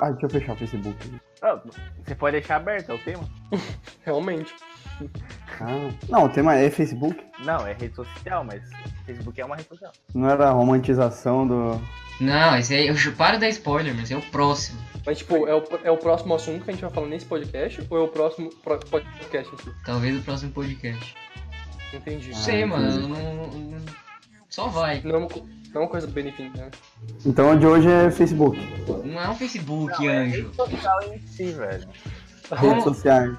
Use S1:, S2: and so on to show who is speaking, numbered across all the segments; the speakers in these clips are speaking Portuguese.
S1: Ah, deixa eu fechar o Facebook.
S2: Ah, Você pode deixar aberto, é o tema?
S3: Realmente.
S1: Ah, não, o tema é Facebook.
S2: Não, é rede social, mas Facebook é uma rede social.
S1: Não era a romantização do.
S4: Não, esse aí, eu ju- para dar spoiler, mas é o próximo.
S3: Mas, tipo, é o, é o próximo assunto que a gente vai falar nesse podcast ou é o próximo pro- podcast em si?
S4: Talvez o próximo podcast.
S3: Entendi.
S4: Não sei,
S1: Ah,
S4: mano.
S1: entendi.
S4: eu não- não- Só vai.
S3: Não é uma, co- não é uma coisa bem definida, né?
S1: Então o de hoje é Facebook.
S4: Não é um Facebook,
S2: Não, é
S4: anjo.
S2: rede social em si, velho.
S4: Como-
S1: Redes sociais.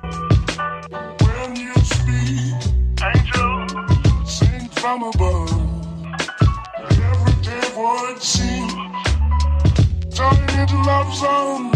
S5: When you speak, angel, sing from above. Every day would seem turned into love song.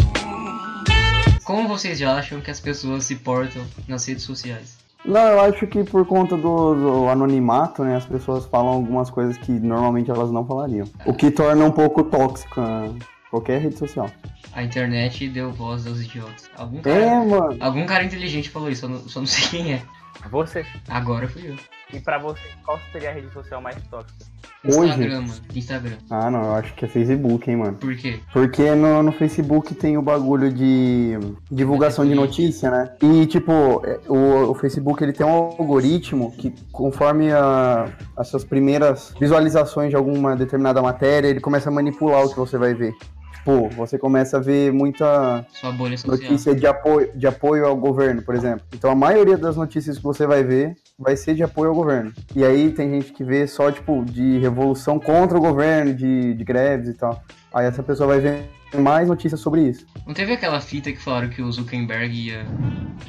S4: Como vocês já acham que as pessoas se portam nas redes sociais?
S1: Não, eu acho que por conta do, do anonimato, né, as pessoas falam algumas coisas que normalmente elas não falariam. O que torna um pouco tóxico né, qualquer rede social.
S4: A internet deu voz aos idiotas. Algum
S1: É,
S4: cara,
S1: mano.
S4: algum cara inteligente falou isso, só não, só não sei quem é.
S2: Você.
S4: Agora fui eu.
S2: E pra você, qual seria a rede social mais tóxica?
S1: Hoje?
S4: Instagram, mano. Instagram.
S1: Ah, não, eu acho que é Facebook, hein, mano.
S4: Por quê?
S1: Porque no, no Facebook tem o bagulho de divulgação de notícia, né? E, tipo, é, o, o Facebook ele tem um algoritmo que, conforme a- as suas primeiras visualizações de alguma determinada matéria, ele começa a manipular o que você vai ver. Tipo, você começa a ver muita
S4: Sua bolha social.
S1: notícia de apoio, de apoio ao governo, por exemplo. Então a maioria das notícias que você vai ver vai ser de apoio ao governo. E aí tem gente que vê só, tipo, de revolução contra o governo, de, de greves e tal. Aí essa pessoa vai ver mais notícias sobre isso.
S4: Não teve aquela fita que falaram que o Zuckerberg ia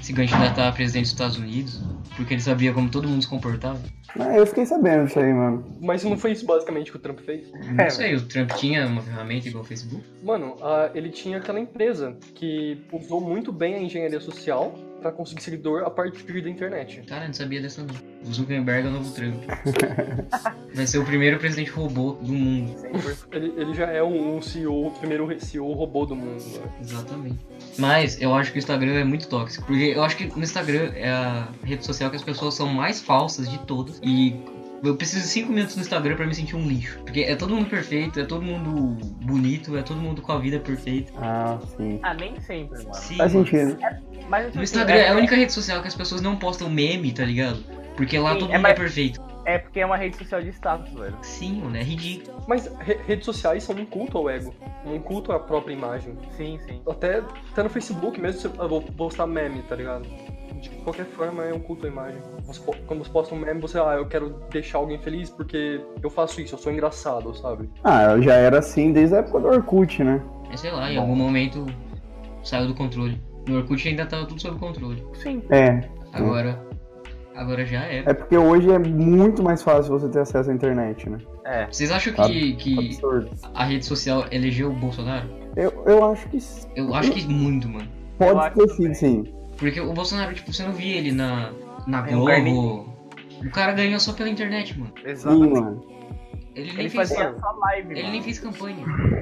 S4: se candidatar a presidente dos Estados Unidos? Porque ele sabia como todo mundo se comportava?
S1: Mas eu fiquei sabendo disso aí, mano.
S3: Mas não foi isso basicamente que o Trump fez?
S4: Não sei, o Trump tinha uma ferramenta igual o Facebook?
S3: Mano, ah, ele tinha aquela empresa que usou muito bem a engenharia social pra conseguir seguidor a partir da internet.
S4: Cara, eu não sabia dessa não. O Zuckerberg é o novo Trump. Vai ser o primeiro presidente robô do mundo.
S2: 100%.
S3: Ele, ele já é um, um CEO, o primeiro re- CEO robô do mundo. né?
S4: Exatamente. Mas eu acho que o Instagram é muito tóxico. Porque eu acho que no Instagram é a rede social que as pessoas são mais falsas de todas. E eu preciso de 5 minutos no Instagram pra me sentir um lixo. Porque é todo mundo perfeito, é todo mundo bonito, é todo mundo com a vida perfeita.
S1: Ah, sim.
S2: Ah, nem sempre, mano.
S4: Sim,
S1: Faz
S4: mano.
S1: sentido.
S2: Mas assim,
S4: No Instagram é a única rede social que as pessoas não postam meme, tá ligado? Porque lá
S2: Sim,
S4: todo
S2: é
S4: mundo é,
S2: mais-
S4: perfeito.
S2: é porque é uma rede social de status, velho.
S4: Sim, mano, é ridículo.
S3: Mas re- redes sociais são um culto ao ego, um culto à própria imagem.
S2: Sim, sim.
S3: Até, até no Facebook mesmo, se eu eu vou postar meme, tá ligado? De qualquer forma, é um culto à imagem. Você po- Quando você posta um meme, você, ah, eu quero deixar alguém feliz porque eu faço isso, eu sou engraçado, sabe?
S1: Ah, eu já era assim desde a época do Orkut, né?
S4: É, sei lá, em
S1: Bom.
S4: algum momento saiu do controle. No Orkut ainda tava tudo sob controle.
S2: Sim.
S1: É.
S4: Agora. Agora já é.
S1: É porque hoje é muito mais fácil você ter acesso à internet, né?
S2: É.
S4: Vocês acham que,
S1: Sabe?
S4: que
S1: Absurdo.
S4: a rede social elegeu o Bolsonaro?
S1: Eu, eu acho que s-
S4: Eu acho que muito, mano.
S2: Eu
S1: pode
S2: acho
S1: ter sido,
S2: também.
S1: sim.
S4: Porque o Bolsonaro, tipo, você não via ele na, na
S2: Em lugar
S4: Globo. O cara ganhou só pela internet, mano.
S1: Sim,
S2: Exatamente.
S1: mano.
S4: Ele nem
S2: Ele
S4: fez.
S2: fazia só live,
S4: Ele
S2: mano.
S4: nem fez campanha.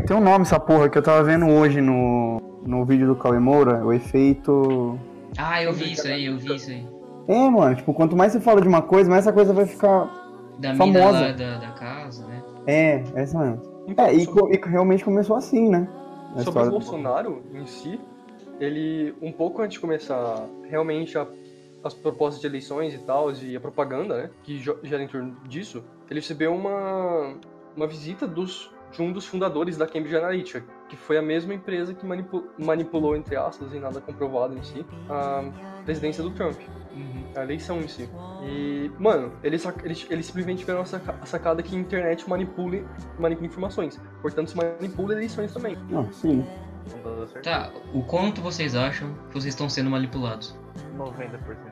S1: Tem um nome essa porra que eu tava vendo hoje no, no vídeo do Cauê Moura, o efeito.
S4: Ah, eu vi isso aí, eu vi isso aí.
S1: É, mano, tipo, quanto mais você fala de uma coisa, mais essa coisa vai ficar.
S4: Da mina
S1: Famosa.
S4: lá da, da casa, né?
S1: É, essa mesmo.
S3: Então,
S1: É, e,
S3: sobre,
S1: co- e realmente começou assim, né? A
S3: sobre o
S1: história do-
S3: Bolsonaro em si, ele, um pouco antes de começar realmente a- as propostas de eleições e tal, e a propaganda, né, que jo- gera em torno disso, ele recebeu uma, uma visita dos, de um dos fundadores da Cambridge Analytica, que foi a mesma empresa que manipu- manipulou, entre aspas, e nada comprovado em si, a presidência do Trump.
S4: Uhum.
S3: A eleição em si. E, mano, eles, sac- eles, eles simplesmente tiveram a saca- a sacada que a internet manipule, manipula informações. Portanto, se manipula eleições também.
S1: Ah, sim.
S2: Com toda certeza.
S4: Tá, o quanto vocês acham que vocês estão sendo manipulados?
S2: 90%.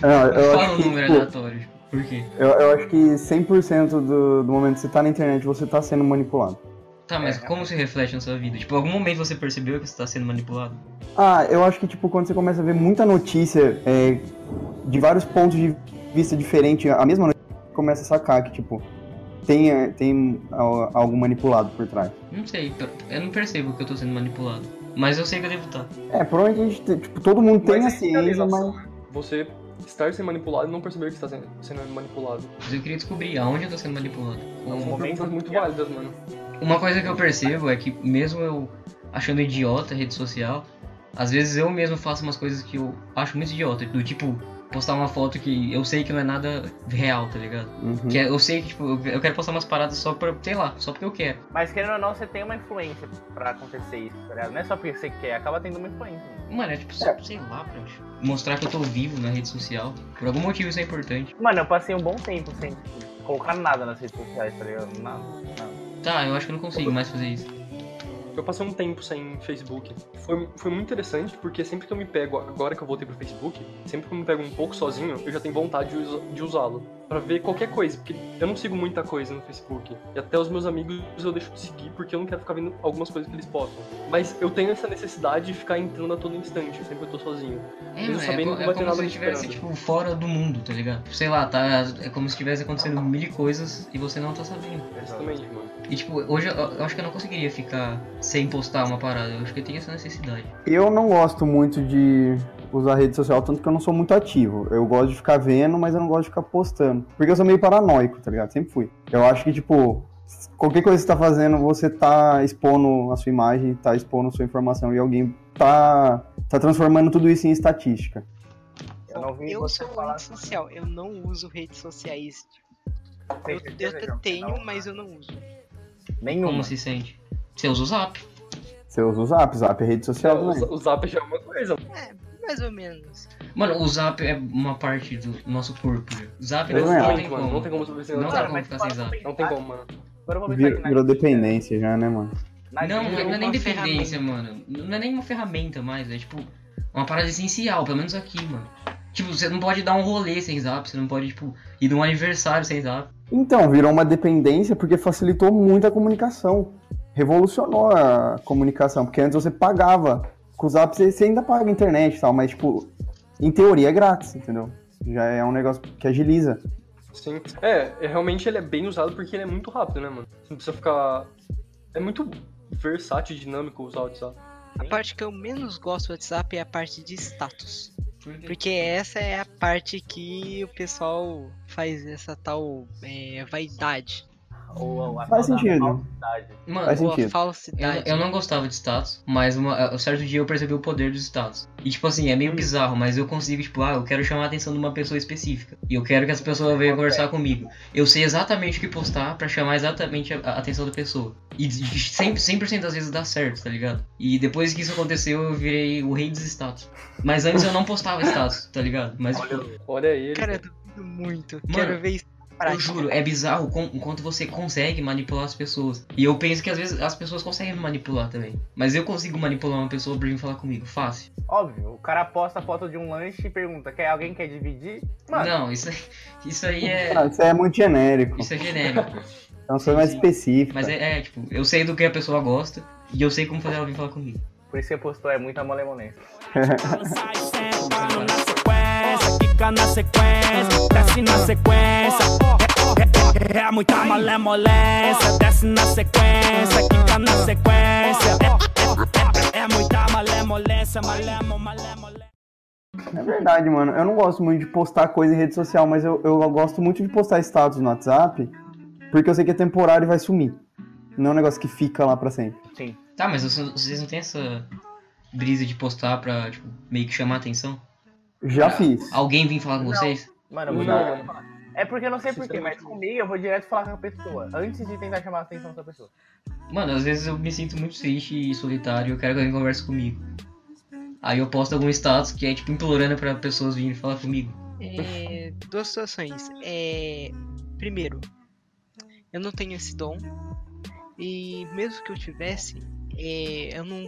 S1: Não, É, eu, eu
S4: Fala
S1: acho
S4: um
S1: que,
S4: número
S1: tipo,
S4: aleatório. Por quê?
S1: eu, eu acho que 100% do, do momento que você tá na internet, você tá sendo manipulado.
S4: Tá, mas como se reflete na sua vida? Tipo, em algum momento você percebeu que você tá sendo manipulado?
S1: Ah, eu acho que, tipo, quando você começa a ver muita notícia é, de vários pontos de vista diferente, a mesma notícia, você começa a sacar que, tipo, tem, é, tem al- algo manipulado por trás.
S4: Não sei, eu não percebo que eu tô sendo manipulado. Mas eu sei que eu devo tá. estar.
S1: É, provavelmente a gente tem, tipo, todo mundo tem a
S3: Mas é
S1: ciência,
S3: realização,
S1: mas.
S3: né? Você estar sendo manipulado e não perceber que está sendo, sendo manipulado.
S4: Mas eu queria descobrir aonde eu tô sendo manipulado.
S3: São
S4: Um-
S2: momento
S3: perguntas muito
S2: que-
S3: válidas, mano.
S4: Uma coisa que eu percebo é que mesmo eu achando idiota a rede social. Às vezes eu mesmo faço umas coisas que eu acho muito idiota, do tipo postar uma foto que eu sei que não é nada real, tá ligado?
S1: Uhum.
S4: Que é- eu sei que, tipo, eu- eu quero postar umas paradas só pra, sei lá, só porque eu quero.
S2: Mas querendo ou não, você tem uma influência pra acontecer isso, tá ligado? Não é só porque você quer, acaba tendo uma influência.
S4: Mano, é tipo, só- sei lá, pra mostrar que eu tô vivo na rede social. Por algum motivo isso é importante.
S2: Mano, eu passei um bom tempo sem tipo, colocar nada nas redes sociais, tá ligado? Nada, nada.
S4: Tá, eu acho que eu não consigo mais fazer isso.
S3: Eu passei um tempo sem Facebook. Foi, foi muito interessante, porque sempre que eu me pego, agora que eu voltei pro Facebook, sempre que eu me pego um pouco sozinho, eu já tenho vontade de, usa- de usá-lo. Pra ver qualquer coisa, porque eu não sigo muita coisa no Facebook. E até os meus amigos eu deixo de seguir, porque eu não quero ficar vendo algumas coisas que eles postam. Mas eu tenho essa necessidade de ficar entrando a todo instante, sempre que eu tô sozinho.
S4: É,
S3: Mesmo
S4: mano, é,
S3: sabendo
S4: co-
S3: que
S4: é
S3: vai ter
S4: como
S3: nada
S4: se eu
S3: me
S4: estivesse,
S3: esperando.
S4: tipo, fora do mundo, tá ligado? Sei lá, tá, é como se estivesse acontecendo mil coisas e você não tá sabendo.
S3: Exatamente, mano.
S4: E, tipo, hoje eu, eu acho que eu não conseguiria ficar sem postar uma parada. Eu acho que eu tenho essa necessidade.
S1: Eu não gosto muito de usar rede social, tanto que eu não sou muito ativo. Eu gosto de ficar vendo, mas eu não gosto de ficar postando. Porque eu sou meio paranoico, tá ligado? Sempre fui. Eu acho que, tipo, qualquer coisa que você tá fazendo, você tá expondo a sua imagem, tá expondo a sua informação e alguém tá, tá transformando tudo isso em estatística.
S2: Eu não vi
S6: eu
S2: você
S6: sou
S2: falar.
S6: antissocial, eu não uso redes sociais. tipo,
S2: Tem
S6: Eu,
S2: certeza que
S6: eu
S2: não-
S6: tenho,
S2: não-
S6: mas eu não uso.
S4: Como
S6: um-
S2: Nenhuma.
S4: se sente? Você usa o zap.
S1: Você usa o Zap, Zap é rede social
S3: o,
S1: também.
S3: o Zap já é uma coisa.
S6: Mais ou menos.
S4: Mano, o zap é uma parte do nosso corpo. já. Zap
S1: Eu
S4: não,
S1: não
S4: não
S1: acho.
S4: tem
S3: Muito, mano. Não tem como sobreviver.
S4: Não
S3: Não,
S4: dá
S2: Mano,
S4: como
S2: mas
S4: ficar
S2: para
S4: sem zap.
S2: pra
S3: não tem
S2: pensar,
S3: como, mano.
S2: Agora eu vou pensar
S1: Vir-
S2: aqui na-
S1: Virou dependência já, né, mano?
S2: na
S4: Não,
S2: vida,
S4: não é nem
S2: uma-
S4: dependência, mano. Não é nem uma ferramenta mais, é tipo uma parada essencial, pelo menos aqui, mano. Tipo, você não pode dar um rolê sem zap, você não pode, tipo, ir num aniversário sem zap.
S1: Então, virou uma dependência porque facilitou muito a comunicação. Revolucionou a comunicação, porque antes você pagava. Com o Zap você, você ainda paga a internet e tal, mas, tipo, em teoria é grátis, entendeu? Já é um negócio que agiliza.
S3: Sim. É, é, realmente ele é bem usado porque ele é muito rápido, né, mano? Você não precisa ficar. É muito versátil e dinâmico usar o WhatsApp.
S6: A parte que eu menos gosto do WhatsApp é a parte de status. Porque essa é a parte que o pessoal faz essa tal é, vaidade,
S2: Ou a- a
S1: Faz
S2: tal da
S1: sentido.
S2: falsidade.
S1: Faz
S4: Mano,
S6: ou a
S1: sentido.
S4: eu,
S6: falsidade.
S4: eu não gostava de status, mas uma, um certo dia eu percebi o poder dos status. E, tipo assim, é meio bizarro, mas eu consigo, tipo, ah, eu quero chamar a atenção de uma pessoa específica. E eu quero que essa pessoa venha conversar comigo. Eu sei exatamente o que postar pra chamar exatamente a, a atenção da pessoa. E de- de 100%, 100 das vezes dá certo, tá ligado? E depois que isso aconteceu, eu virei o rei dos status. Mas antes eu não postava status, tá ligado? Mas, tipo,
S3: Olha ele.
S6: Cara, eu
S3: cara.
S6: duvido muito. Quero ver isso na
S4: eu
S6: prática.
S4: juro, é bizarro com, o quanto você consegue manipular as pessoas. E eu penso que às vezes as pessoas conseguem me manipular também. Mas eu consigo manipular uma pessoa pra vir falar comigo, fácil.
S2: Óbvio, o cara posta a foto de um lanche e pergunta: quer alguém quer dividir? Mano,
S4: Não, isso, aí- isso aí é.
S1: Ah, isso aí é muito genérico.
S4: Isso é genérico.
S1: É uma coisa mais
S4: sim.
S1: específica.
S4: Mas é, é, tipo, eu sei do que a pessoa gosta e eu sei como fazer ela vir falar comigo.
S2: por isso que você postou, é muita molemonense.
S7: na sequência, fica na sequência, desce na sequência. É, é, é, é muita malemolência, desce na sequência, fica na sequência. É, é, é, é muita malemolência, malemo, malemolência.
S1: É verdade, mano. Eu não gosto muito de postar coisa em rede social, mas eu, eu gosto muito de postar status no WhatsApp, porque eu sei que é temporário e vai sumir. Não é um negócio que fica lá pra sempre.
S2: Sim.
S4: Tá, mas vocês- vocês não têm essa brisa de postar pra, tipo, meio que chamar atenção?
S1: Já
S4: Ah,
S1: fiz.
S4: Alguém vir falar com
S2: Não.
S4: vocês?
S2: Mano, eu vou
S1: Não.
S2: direto falar. É porque eu não sei porquê, mas
S3: Sinceramente,
S2: comigo eu vou direto falar com a pessoa, antes de tentar chamar a atenção dessa pessoa.
S4: Mano, às vezes eu me sinto muito triste e solitário eu quero que alguém converse comigo. Aí eu posto algum status que é tipo implorando pra pessoas virem falar comigo.
S6: É, duas situações. É, primeiro, eu não tenho esse dom. E mesmo que eu tivesse, é, eu não.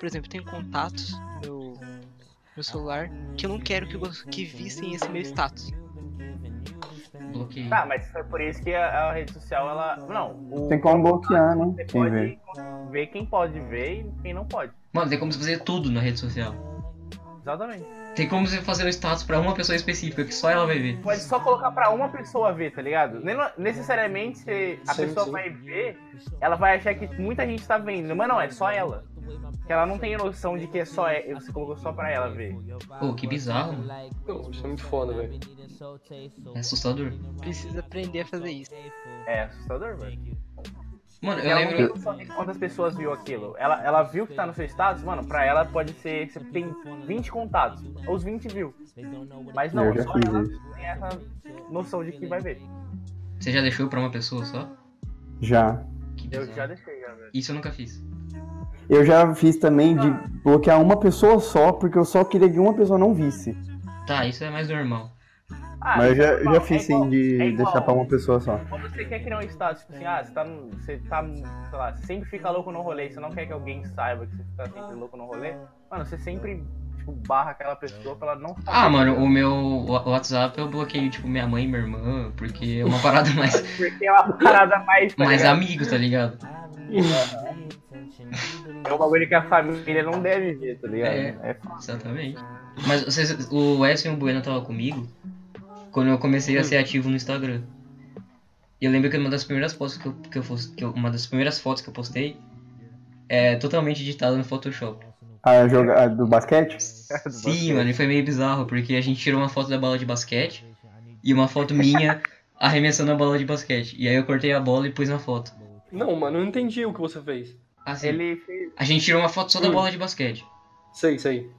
S6: Por exemplo, eu tenho contatos no meu, meu celular que eu não quero que, gos- que vissem esse meu status.
S4: Bloqueio.
S2: Tá, mas foi por isso que a, a rede social, ela. Não, o-
S1: Tem como bloquear, né?
S2: você
S1: Quem vê.
S2: pode ver quem pode ver e quem não pode.
S4: Mano, tem como você fazer tudo na rede social.
S2: Exatamente.
S4: Tem como você fazer um status pra uma pessoa específica que só ela vai ver.
S2: Pode só colocar pra uma pessoa ver, tá ligado? Nem- Necessariamente se a
S3: Sim,
S2: pessoa
S3: sim.
S2: vai ver, ela vai achar que muita gente tá vendo. Mas não, é só ela. Que ela não tem noção de que é só é, você colocou só pra ela ver.
S4: Pô, que bizarro, mano.
S3: Não, isso é muito foda, velho.
S4: É assustador.
S6: Precisa aprender a fazer isso.
S2: É assustador, velho.
S4: Mano, eu
S2: Ela
S4: lembro.
S2: não tem noção de quantas pessoas viu aquilo. Ela, ela viu que tá no seu status, mano, pra ela pode ser que você tem 20 contatos. Ou os 20 viu. Mas não,
S1: Eu já
S2: só
S1: fiz
S2: ela
S1: isso.
S2: tem essa noção de que vai ver.
S4: Você já deixou pra uma pessoa só?
S1: Já.
S4: Que
S2: Eu
S4: bizarro.
S2: já deixei, já, velho.
S4: Isso eu nunca fiz.
S1: Eu já fiz também de
S2: Ah.
S1: bloquear uma pessoa só, porque eu só queria que uma pessoa não visse.
S4: Tá, isso é mais normal.
S2: Ah,
S1: Mas eu já, eu
S2: igual,
S1: já fiz
S2: é igual,
S1: sim de
S2: é igual.
S1: deixar pra uma pessoa só.
S2: Quando você quer criar um status, tipo assim, ah, você tá, no- você tá, sei lá, sempre fica louco no rolê, você não quer que alguém saiba que você tá sempre louco no rolê, mano, você sempre, tipo, barra aquela pessoa pra ela não saber.
S4: Ah, mano, o meu wa- WhatsApp eu bloqueio, tipo, minha mãe e minha irmã, porque é uma parada mais,
S2: Porque é uma parada mais. tá
S4: mais
S2: ligado?
S4: amigo, tá ligado?
S2: É um bagulho que a família não deve ver, tá ligado?
S4: É.
S2: É,
S4: Exatamente. Mas vocês, o Edson e o Bueno tava comigo quando eu comecei a ser ativo no Instagram. E eu lembro que uma das primeiras fotos que eu, que eu, fos- que eu- uma das primeiras fotos que eu postei é totalmente digitada no Photoshop.
S1: A, joga, a do basquete?
S4: Sim, mano, e foi meio bizarro, porque a gente tirou uma foto da bola de basquete e uma foto minha arremessando a bola de basquete. E aí eu cortei a bola e pus na foto.
S3: Não, mano, eu não entendi o que você fez.
S4: Assim,
S2: ele fez.
S4: a gente tirou uma foto só da
S3: Hum.
S4: bola de basquete.
S3: Sei, sei.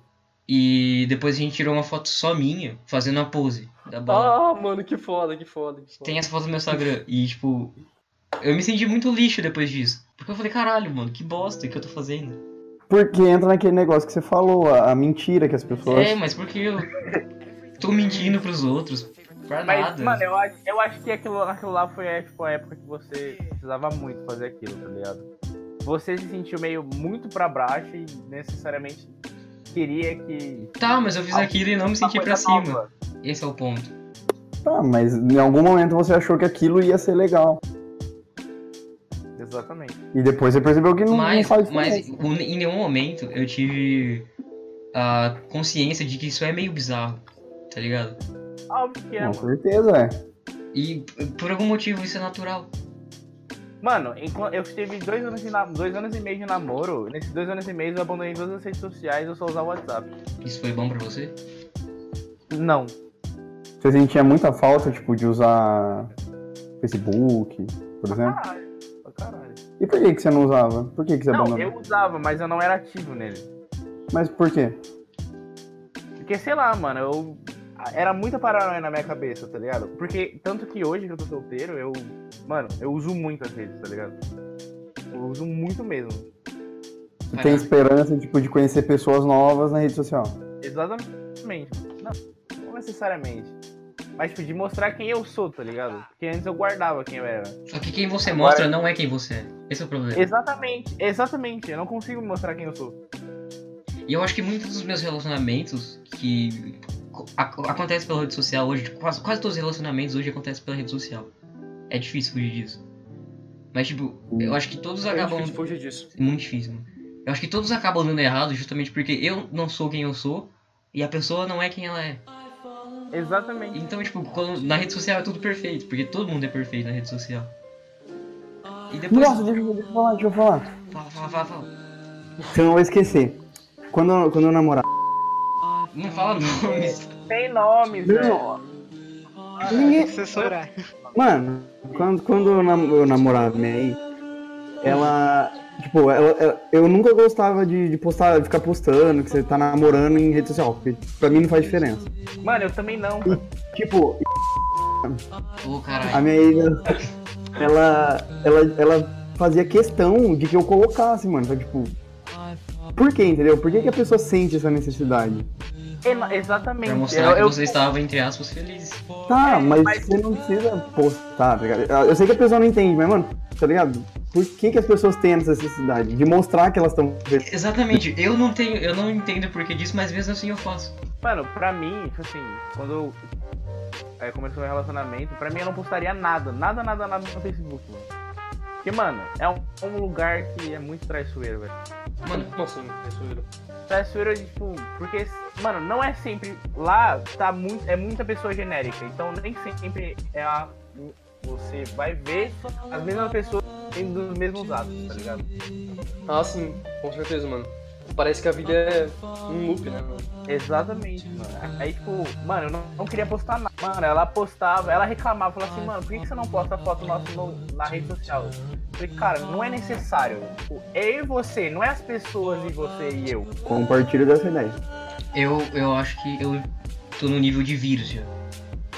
S4: E depois a gente tirou uma foto só minha, fazendo a pose da bola.
S3: Ah, mano, que foda, que foda. Que foda. É
S4: Tem essa foto no meu Instagram. E, tipo, eu me senti muito lixo depois disso. Porque eu falei, caralho, mano, que bosta que eu tô fazendo.
S1: Porque entra naquele negócio que você falou, a, a mentira que as pessoas.
S4: É, mas porque eu tô mentindo pros outros. Pra
S2: Mas,
S4: nada.
S2: mano, eu acho, eu acho que aquilo, aquilo lá foi é, tipo, a época que você precisava muito fazer aquilo, tá ligado? Você se sentiu meio muito pra baixo e necessariamente queria que.
S4: Tá, mas eu fiz aquilo e não me senti
S2: Ah, uma
S4: pra
S2: coisa
S4: cima.
S2: nova.
S4: Esse é o ponto.
S1: Tá, mas em algum momento você achou que aquilo ia ser legal.
S2: Exatamente.
S1: E depois você percebeu que não, não
S4: Mas,
S1: faz
S4: mas
S1: diferença.
S4: o- em nenhum momento eu tive a consciência de que isso é meio bizarro. Tá ligado?
S2: Óbvio que é,
S1: Com
S2: mano.
S1: certeza, é.
S4: E por algum motivo isso é natural.
S2: Mano, enqu- eu tive dois anos, de na- dois anos e meio de namoro. Nesses dois anos e meio eu abandonei todas as redes sociais eu só usava o WhatsApp.
S4: Isso foi bom pra você?
S2: Não.
S1: Você sentia muita falta, tipo, de usar Facebook, por exemplo.
S2: Caralho. pra Caralho.
S1: E por que, que você não usava? Por que, que você
S2: Não,
S1: abandonou?
S2: eu usava, mas eu não era ativo nele.
S1: Mas por quê?
S2: Porque, sei lá, mano, eu. Era muita paranoia na minha cabeça, tá ligado? Porque, tanto que hoje que eu tô solteiro, eu. Mano, eu uso muito as redes, tá ligado? Eu uso muito mesmo.
S1: Você
S4: Vai
S1: tem
S4: lá.
S1: esperança, tipo, de conhecer pessoas novas na rede social.
S2: Exatamente. Não, não necessariamente. Mas, tipo, de mostrar quem eu sou, tá ligado? Porque antes eu guardava quem eu era.
S4: Só que quem você
S2: Agora-
S4: mostra não é quem você é. Esse é o problema.
S2: Exatamente, exatamente. Eu não consigo mostrar quem eu sou.
S4: E eu acho que muitos dos meus relacionamentos que co- ac- acontece pela rede social hoje, quase, quase todos os relacionamentos hoje acontecem pela rede social. É difícil fugir disso. Mas tipo, eu acho que todos
S3: É
S4: acabam.
S3: difícil fugir disso.
S4: Muito difícil, mano. Eu acho que todos acabam dando errado justamente porque eu não sou quem eu sou e a pessoa não é quem ela é.
S2: Exatamente.
S4: Então, tipo, quando- na rede social é tudo perfeito, porque todo mundo é perfeito na rede social. E depois.
S1: Nossa, deixa eu, deixa eu falar, deixa eu falar.
S4: Fala, fala, fala, fala.
S1: Você não vai esquecer. Quando, eu- quando eu namorava.
S4: Não
S3: É.
S4: fala nomes.
S2: Tem nomes, né? velho.
S1: Não, ninguém,
S6: Censurar.
S1: Mano, quando, quando eu, nam eu namorava a minha ex, ela. Tipo, ela, ela- eu nunca gostava de, de postar, de ficar postando que você tá namorando em rede social, porque pra mim não faz diferença.
S2: Mano, eu também não. mano.
S1: Tipo,
S4: Ô,
S1: a
S4: caralho.
S1: minha ex, ela, ela, ela, ela fazia questão de que eu colocasse, mano. Então, tipo, por quê, entendeu? Por que, que a pessoa sente essa necessidade?
S2: Ena- Exatamente.
S4: Pra mostrar
S2: Eu-
S4: que
S2: eu-
S4: você estava, entre aspas, feliz.
S1: Tá, mas
S2: mas-
S1: você não precisa postar, tá ligado? Eu sei que a pessoa não entende, mas, mano, tá ligado? Por que, que as pessoas têm essa necessidade de mostrar que elas estão
S4: Exatamente, eu não tenho, eu não entendo o porquê disso, mas mesmo assim eu faço.
S2: Mano, pra mim, tipo assim, quando eu é, começou meu relacionamento, pra mim eu não postaria nada, nada, nada, nada no Facebook, mano. Porque, mano, é um, um lugar que é muito traiçoeiro, velho.
S4: Mano,
S3: Como assim? Isso-
S2: Traiçoeiro, tipo, porque, mano, não é sempre. Lá tá muito. É muita pessoa genérica, então nem sempre é a. Você vai ver as mesmas pessoas tendo os mesmos atos, tá ligado?
S3: Ah, sim, com certeza, mano. Parece que a vida é um loop, né, mano?
S2: Exatamente, mano. Aí, tipo, mano, eu não, não queria postar nada. Mano, ela postava, ela reclamava, falava assim, mano, por que, que você não posta foto nossa no- na rede social? Eu falei, cara, não é necessário. Tipo, é eu e você, não é as pessoas e você e eu.
S1: Compartilho dessa ideia.
S4: Eu, eu acho que eu tô no nível de vírus já.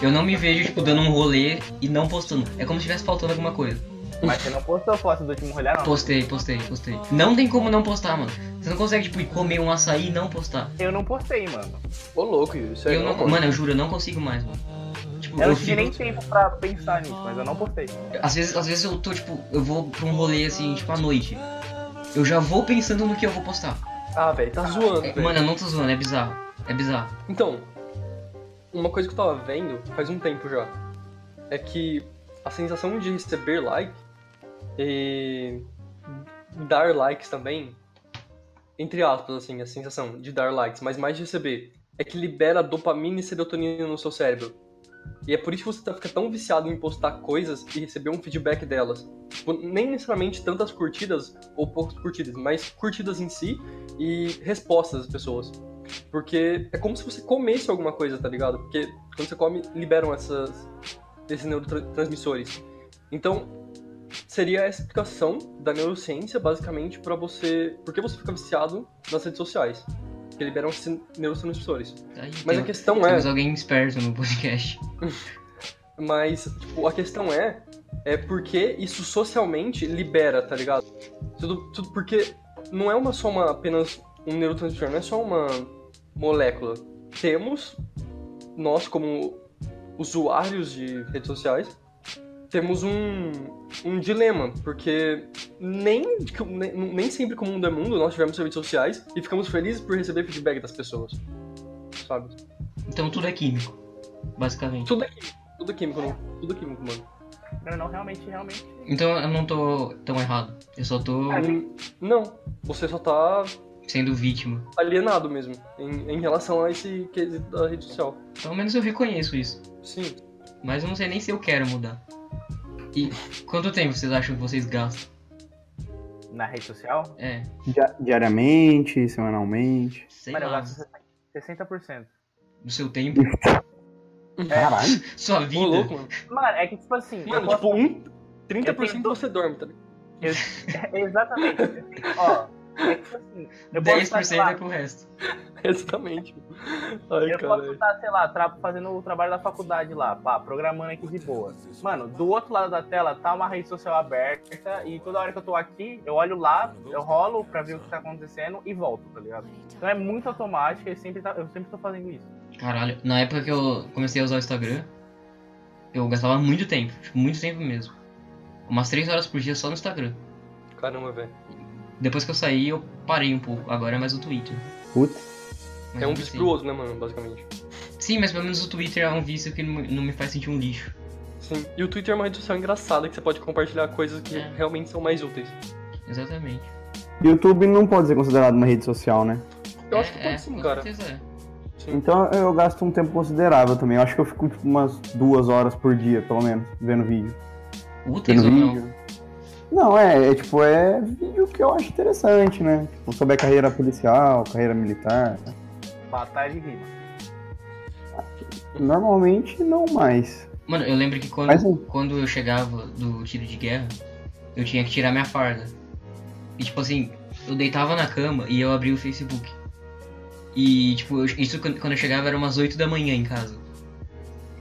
S4: Eu não me vejo, tipo, dando um rolê e não postando. É como se estivesse faltando alguma coisa.
S2: Mas você não postou foto do último rolê, não.
S4: Postei, postei, postei. Não tem como não postar, mano. Você não consegue, tipo, ir comer um açaí e não postar.
S2: Eu não postei, mano.
S3: Ô, louco, isso é aí
S4: Eu não, mano, eu juro, eu não consigo mais, mano. Tipo,
S2: Eu
S4: eu
S2: não tive
S4: fico,
S2: nem tempo pra pensar nisso, mas eu não postei.
S4: às vezes, às vezes eu tô, tipo, eu vou pra um rolê assim, tipo, à noite. Eu já vou pensando no que eu vou postar.
S3: Ah, velho, tá zoando,
S4: É,
S3: velho.
S4: mano, eu não tô zoando, é bizarro. É bizarro.
S3: Então, uma coisa que eu tava vendo faz um tempo já é que a sensação de receber like e dar likes também, entre aspas, assim, a sensação de dar likes, mas mais de receber, é que libera dopamina e serotonina no seu cérebro. E é por isso que você tá- fica tão viciado em postar coisas e receber um feedback delas. Tipo, nem necessariamente tantas curtidas ou poucas curtidas, mas curtidas em si e respostas das pessoas. Porque é como se você comesse alguma coisa, tá ligado? Porque quando você come, liberam essas, esses neurotransmissores. Então, seria a explicação da neurociência, basicamente, pra você. Por que você fica viciado nas redes sociais? Porque liberam esses neurotransmissores.
S4: Tá Aí,
S3: Mas a
S4: tem-
S3: questão é.
S4: temos alguém esperto no podcast.
S3: Mas, tipo, a questão é, é porque isso socialmente libera, tá ligado? Tudo, tudo porque não é uma só uma, apenas um neurotransmissor, não é só uma molécula. Temos, nós como usuários de redes sociais, temos um, um dilema, porque nem, nem, nem sempre como o mundo é mundo, nós tivemos redes sociais e ficamos felizes por receber feedback das pessoas, sabe?
S4: Então tudo é químico, basicamente.
S3: Tudo é químico, tudo é químico, não- tudo é químico, mano.
S2: Não, não, realmente, realmente.
S4: Então eu não tô tão errado. Eu só tô
S3: Hum, Não, você só tá
S4: sendo vítima.
S3: alienado mesmo em, em relação a esse quesito da rede social.
S4: Pelo menos eu reconheço isso.
S3: Sim.
S4: Mas eu não sei nem se eu quero mudar. E quanto tempo vocês acham que vocês gastam?
S2: Na rede social?
S4: É,
S1: Dia- Diariamente, semanalmente.
S4: sei
S2: Mano, eu
S4: lá,
S2: gasto 60%.
S4: do seu tempo,
S1: Caralho.
S4: sua
S3: Ô,
S4: vida.
S3: louco, mano.
S2: Mano, é que tipo assim. eu
S3: Mano,
S2: posto-
S3: tipo, um,
S2: Eu
S3: 30%
S2: tenho dois-
S3: você dorme, tá ligado?
S4: tipo-
S2: Exatamente. Ó, é que, tipo assim, eu posso estar, sei
S4: 10%
S2: lá,
S4: é pro resto.
S3: Exatamente. mano. Ai,
S2: eu posso
S3: cara.
S2: estar, sei lá, tra- fazendo o trabalho da faculdade lá, pá, programando aqui de boa. Mano, do outro lado da tela tá uma rede social aberta e toda hora que eu tô aqui, eu olho lá, eu rolo pra ver o que tá acontecendo e volto, tá ligado? Então é muito automático e sempre tá- eu sempre tô fazendo isso.
S4: Caralho, na época que eu comecei a usar o Instagram, eu gastava muito tempo, tipo, muito tempo mesmo. Umas 3 horas por dia só no Instagram.
S3: Caramba, velho.
S4: Depois que eu saí, eu parei um pouco. Agora é mais o Twitter.
S1: Putz.
S4: Mas
S3: É um
S4: eu
S3: vício
S4: sei.
S3: pro outro, né, mano, basicamente.
S4: Sim, mas pelo menos o Twitter é um vício que não não me faz sentir um lixo.
S3: Sim. E o Twitter é uma rede social engraçada que você pode compartilhar coisas que
S4: É.
S3: realmente são mais úteis.
S4: Exatamente.
S1: YouTube não pode ser considerado uma rede social, né?
S3: Eu
S4: É,
S3: acho que
S4: é,
S3: pode sim,
S4: com
S3: cara.
S4: certeza é.
S3: Sim.
S1: Então eu gasto um tempo considerável também. Eu acho que eu fico tipo, umas duas horas por dia, pelo menos, vendo vídeo.
S4: Úteis
S1: Vendo
S4: ou não?
S1: vídeo. Não, é, é tipo, é vídeo que eu acho interessante, né? Tipo, sobre a carreira policial, carreira militar.
S2: Batalha de rima.
S1: Normalmente não mais.
S4: Mano, eu lembro que quando,
S1: Mas um-
S4: quando eu chegava do tiro de guerra, eu tinha que tirar minha farda. E tipo assim, eu deitava na cama e eu abria o Facebook. E tipo, eu- isso quando quando eu chegava era umas 8 da manhã em casa.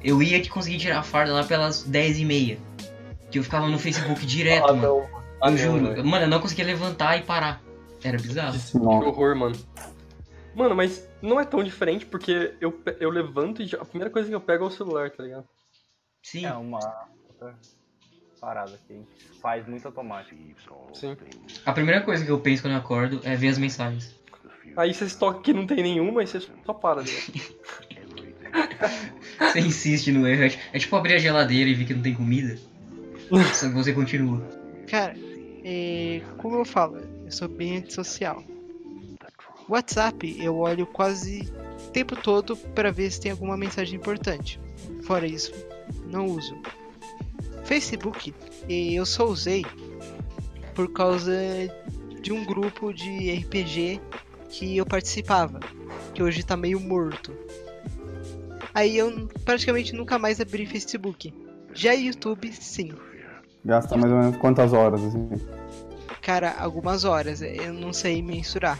S4: Eu ia que conseguir tirar a farda lá pelas 10 e meia. Que eu ficava no Facebook direto,
S3: Ah,
S4: mano.
S3: não. Ah,
S4: eu
S3: não,
S4: juro.
S3: velho.
S4: Mano, eu não conseguia levantar e parar. Era bizarro.
S3: Que
S1: Nossa.
S3: horror, mano. Mano, mas não é tão diferente porque eu, pe- eu levanto e já- a primeira coisa que eu pego é o celular, tá ligado?
S4: Sim.
S2: É uma outra parada que a gente faz muito automático.
S3: Sim.
S4: A primeira coisa que eu penso quando eu acordo é ver as mensagens.
S3: Aí você toca que não tem nenhuma e você só para, né?
S4: Você insiste no erro. É tipo abrir a geladeira e ver que não tem comida. Só que você continua.
S6: Cara, é, como eu falo, eu sou bem antissocial. WhatsApp eu olho quase o tempo todo para ver se tem alguma mensagem importante. Fora isso, não uso. Facebook eh, eu só usei por causa de um grupo de RPG que eu participava, que hoje tá meio morto. Aí eu praticamente nunca mais abri Facebook. Já é YouTube, sim.
S1: Gasta mais ou menos quantas horas, assim.
S6: Cara, algumas horas, é, eu não sei mensurar.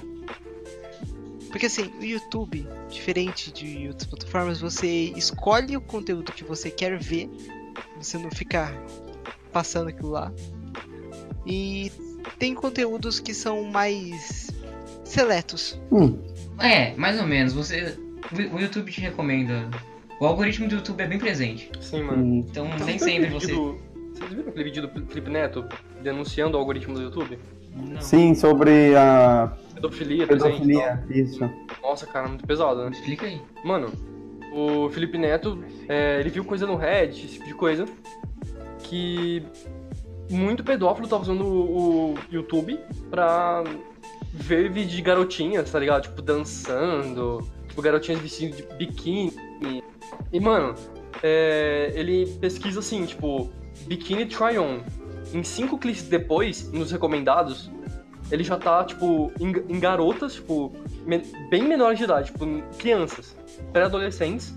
S6: Porque assim, o YouTube, diferente de outras plataformas, você escolhe o conteúdo que você quer ver, você não fica passando aquilo lá. E tem conteúdos que são mais seletos.
S1: Hum,
S4: É, mais ou menos. Você, o o YouTube te recomenda. O algoritmo do YouTube é bem presente.
S3: Sim, mano.
S1: hum.
S4: Então
S3: Vocês
S4: nem
S3: viram aquele
S4: sempre você.
S3: vídeo do- Vocês viram aquele vídeo do Felipe Neto denunciando o algoritmo do YouTube?
S4: Não.
S1: Sim, sobre a
S3: Pedofilia, presente. e
S1: pedofilia. Isso.
S3: tal. Nossa, cara, muito pesado, né?
S4: Explica aí.
S3: Mano, o Felipe Neto, é, ele viu coisa no Reddit, esse tipo de coisa, que muito pedófilo tava usando o, o YouTube pra ver vídeo de garotinhas, tá ligado? Tipo, dançando, tipo, garotinhas vestindo de biquíni. E, mano, é, ele pesquisa assim, tipo, biquíni try-on. Em cinco cliques depois, nos recomendados, ele já tá, tipo, em, em garotas, tipo, men- bem menores de idade, tipo, crianças pré-adolescentes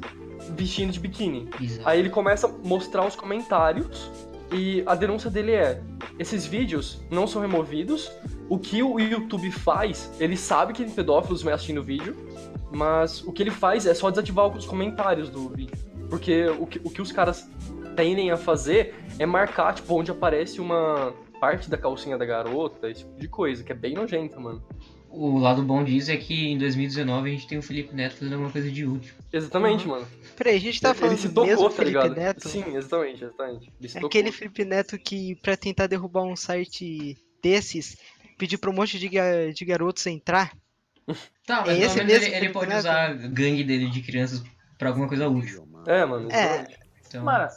S3: vestindo de biquíni.
S4: Bizarro.
S3: Aí ele começa a mostrar os comentários e a denúncia dele é: esses vídeos não são removidos. O que o YouTube faz, ele sabe que tem pedófilos assistindo o vídeo, mas o que ele faz é só desativar os comentários do vídeo. Porque o que, o que os caras tendem a fazer é marcar, tipo, onde aparece uma parte da calcinha da garota, esse tipo de coisa, que é bem nojenta, mano.
S4: O lado bom disso é que em 2019 a gente tem o Felipe Neto fazendo alguma coisa de útil.
S3: Exatamente, mano.
S6: Peraí, a gente Uhum. tá falando
S3: ele se
S6: do
S3: tocou,
S6: mesmo
S3: tá
S6: Felipe
S3: ligado?
S6: Neto?
S3: Sim, exatamente, exatamente. Ele se
S6: É
S3: tocou.
S6: Aquele Felipe Neto que, pra tentar derrubar um site desses, pediu pra um monte de, ga- de garotos entrar.
S4: Tá,
S6: É
S4: mas pelo
S6: esse
S4: menos ele,
S6: mesmo
S4: ele
S6: Felipe
S4: pode
S6: Neto?
S4: usar a gangue dele de crianças pra alguma coisa útil.
S3: É, mano. exatamente.
S4: Então,
S2: Mano,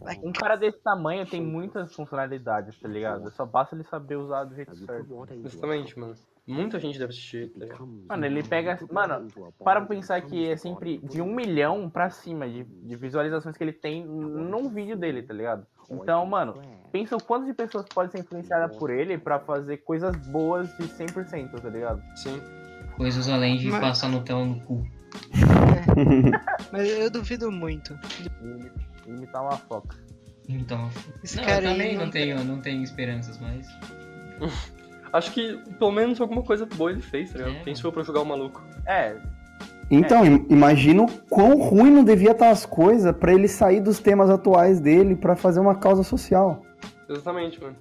S6: Vai.
S2: um cara desse tamanho tem muitas funcionalidades, tá ligado? Só basta ele saber usar do jeito certo.
S3: Exatamente, mano. Muita gente deve assistir. tá ligado?
S2: Mano, ele pega. Mano, para pra pensar que é sempre de um milhão pra cima de, de visualizações que ele tem num vídeo dele, tá ligado? Então, mano, pensa o quanto de pessoas podem ser influenciadas por ele pra fazer coisas boas de 100%, tá ligado?
S3: Sim.
S4: coisas além de
S6: Mas-
S4: passar Nutella no cu.
S6: Mas eu duvido muito.
S2: E imitar uma foca.
S4: Então,
S6: Esse
S4: não, eu
S6: cara aí
S4: também não
S6: não-
S4: tenho, não tenho esperanças, mas.
S3: Acho que pelo menos alguma coisa boa ele fez, tá ligado?
S4: É.
S3: Quem sou eu pra jogar o maluco?
S2: É,
S1: Então, im- imagina o quão ruim não devia estar as coisas pra ele sair dos temas atuais dele pra fazer uma causa social.
S3: Exatamente, mano.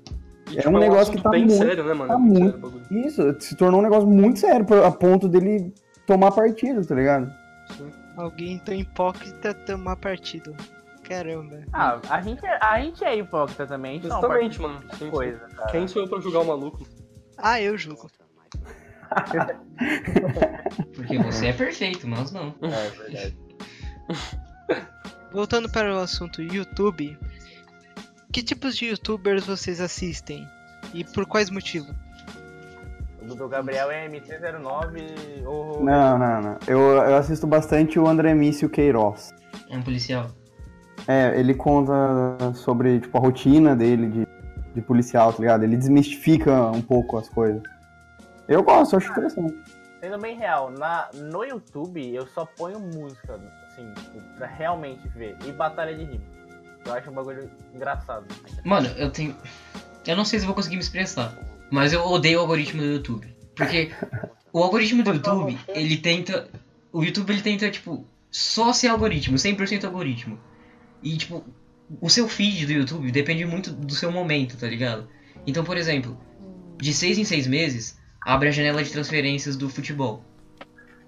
S3: E,
S1: É
S3: tipo,
S1: um negócio
S3: assunto
S1: que tá
S3: bem
S1: muito-
S3: sério, né, mano?
S1: tá
S3: É bem sério
S1: muito.
S3: o bagulho.
S1: Isso se tornou um negócio muito sério pra- a ponto dele tomar partido, tá ligado?
S6: Alguém tão hipócrita tomar partido. Caramba.
S2: Ah, a gente é, a gente é hipócrita também, a gente não
S3: Exatamente,
S2: parte
S3: mano. Sim, sim.
S2: coisa, cara.
S3: Quem sou eu pra jogar o maluco?
S6: Ah, eu julgo.
S4: Porque você é perfeito, nós não.
S2: É verdade.
S6: Voltando para o assunto YouTube. Que tipos de youtubers vocês assistem? E por quais motivos?
S2: O do Gabriel é MT-09 ou...
S1: Não, não, não. Eu, eu assisto bastante o André Mício Queiroz.
S4: É um policial.
S1: É, ele conta sobre tipo, a rotina dele de, de policial, tá ligado? Ele desmistifica um pouco as coisas. Eu gosto, eu acho interessante.
S2: Sendo bem real, na, no YouTube eu só ponho música, assim, pra realmente ver. E batalha de rima. Eu acho um bagulho engraçado.
S4: Mano, eu tenho. Eu não sei se eu vou conseguir me expressar, mas eu odeio o algoritmo do YouTube. Porque o algoritmo do YouTube, ele tenta. O YouTube ele tenta, tipo, só ser algoritmo, 100% algoritmo. E, tipo, o seu feed do YouTube depende muito do seu momento, tá ligado? Então, por exemplo, de seis em seis meses, abre a janela de transferências do futebol.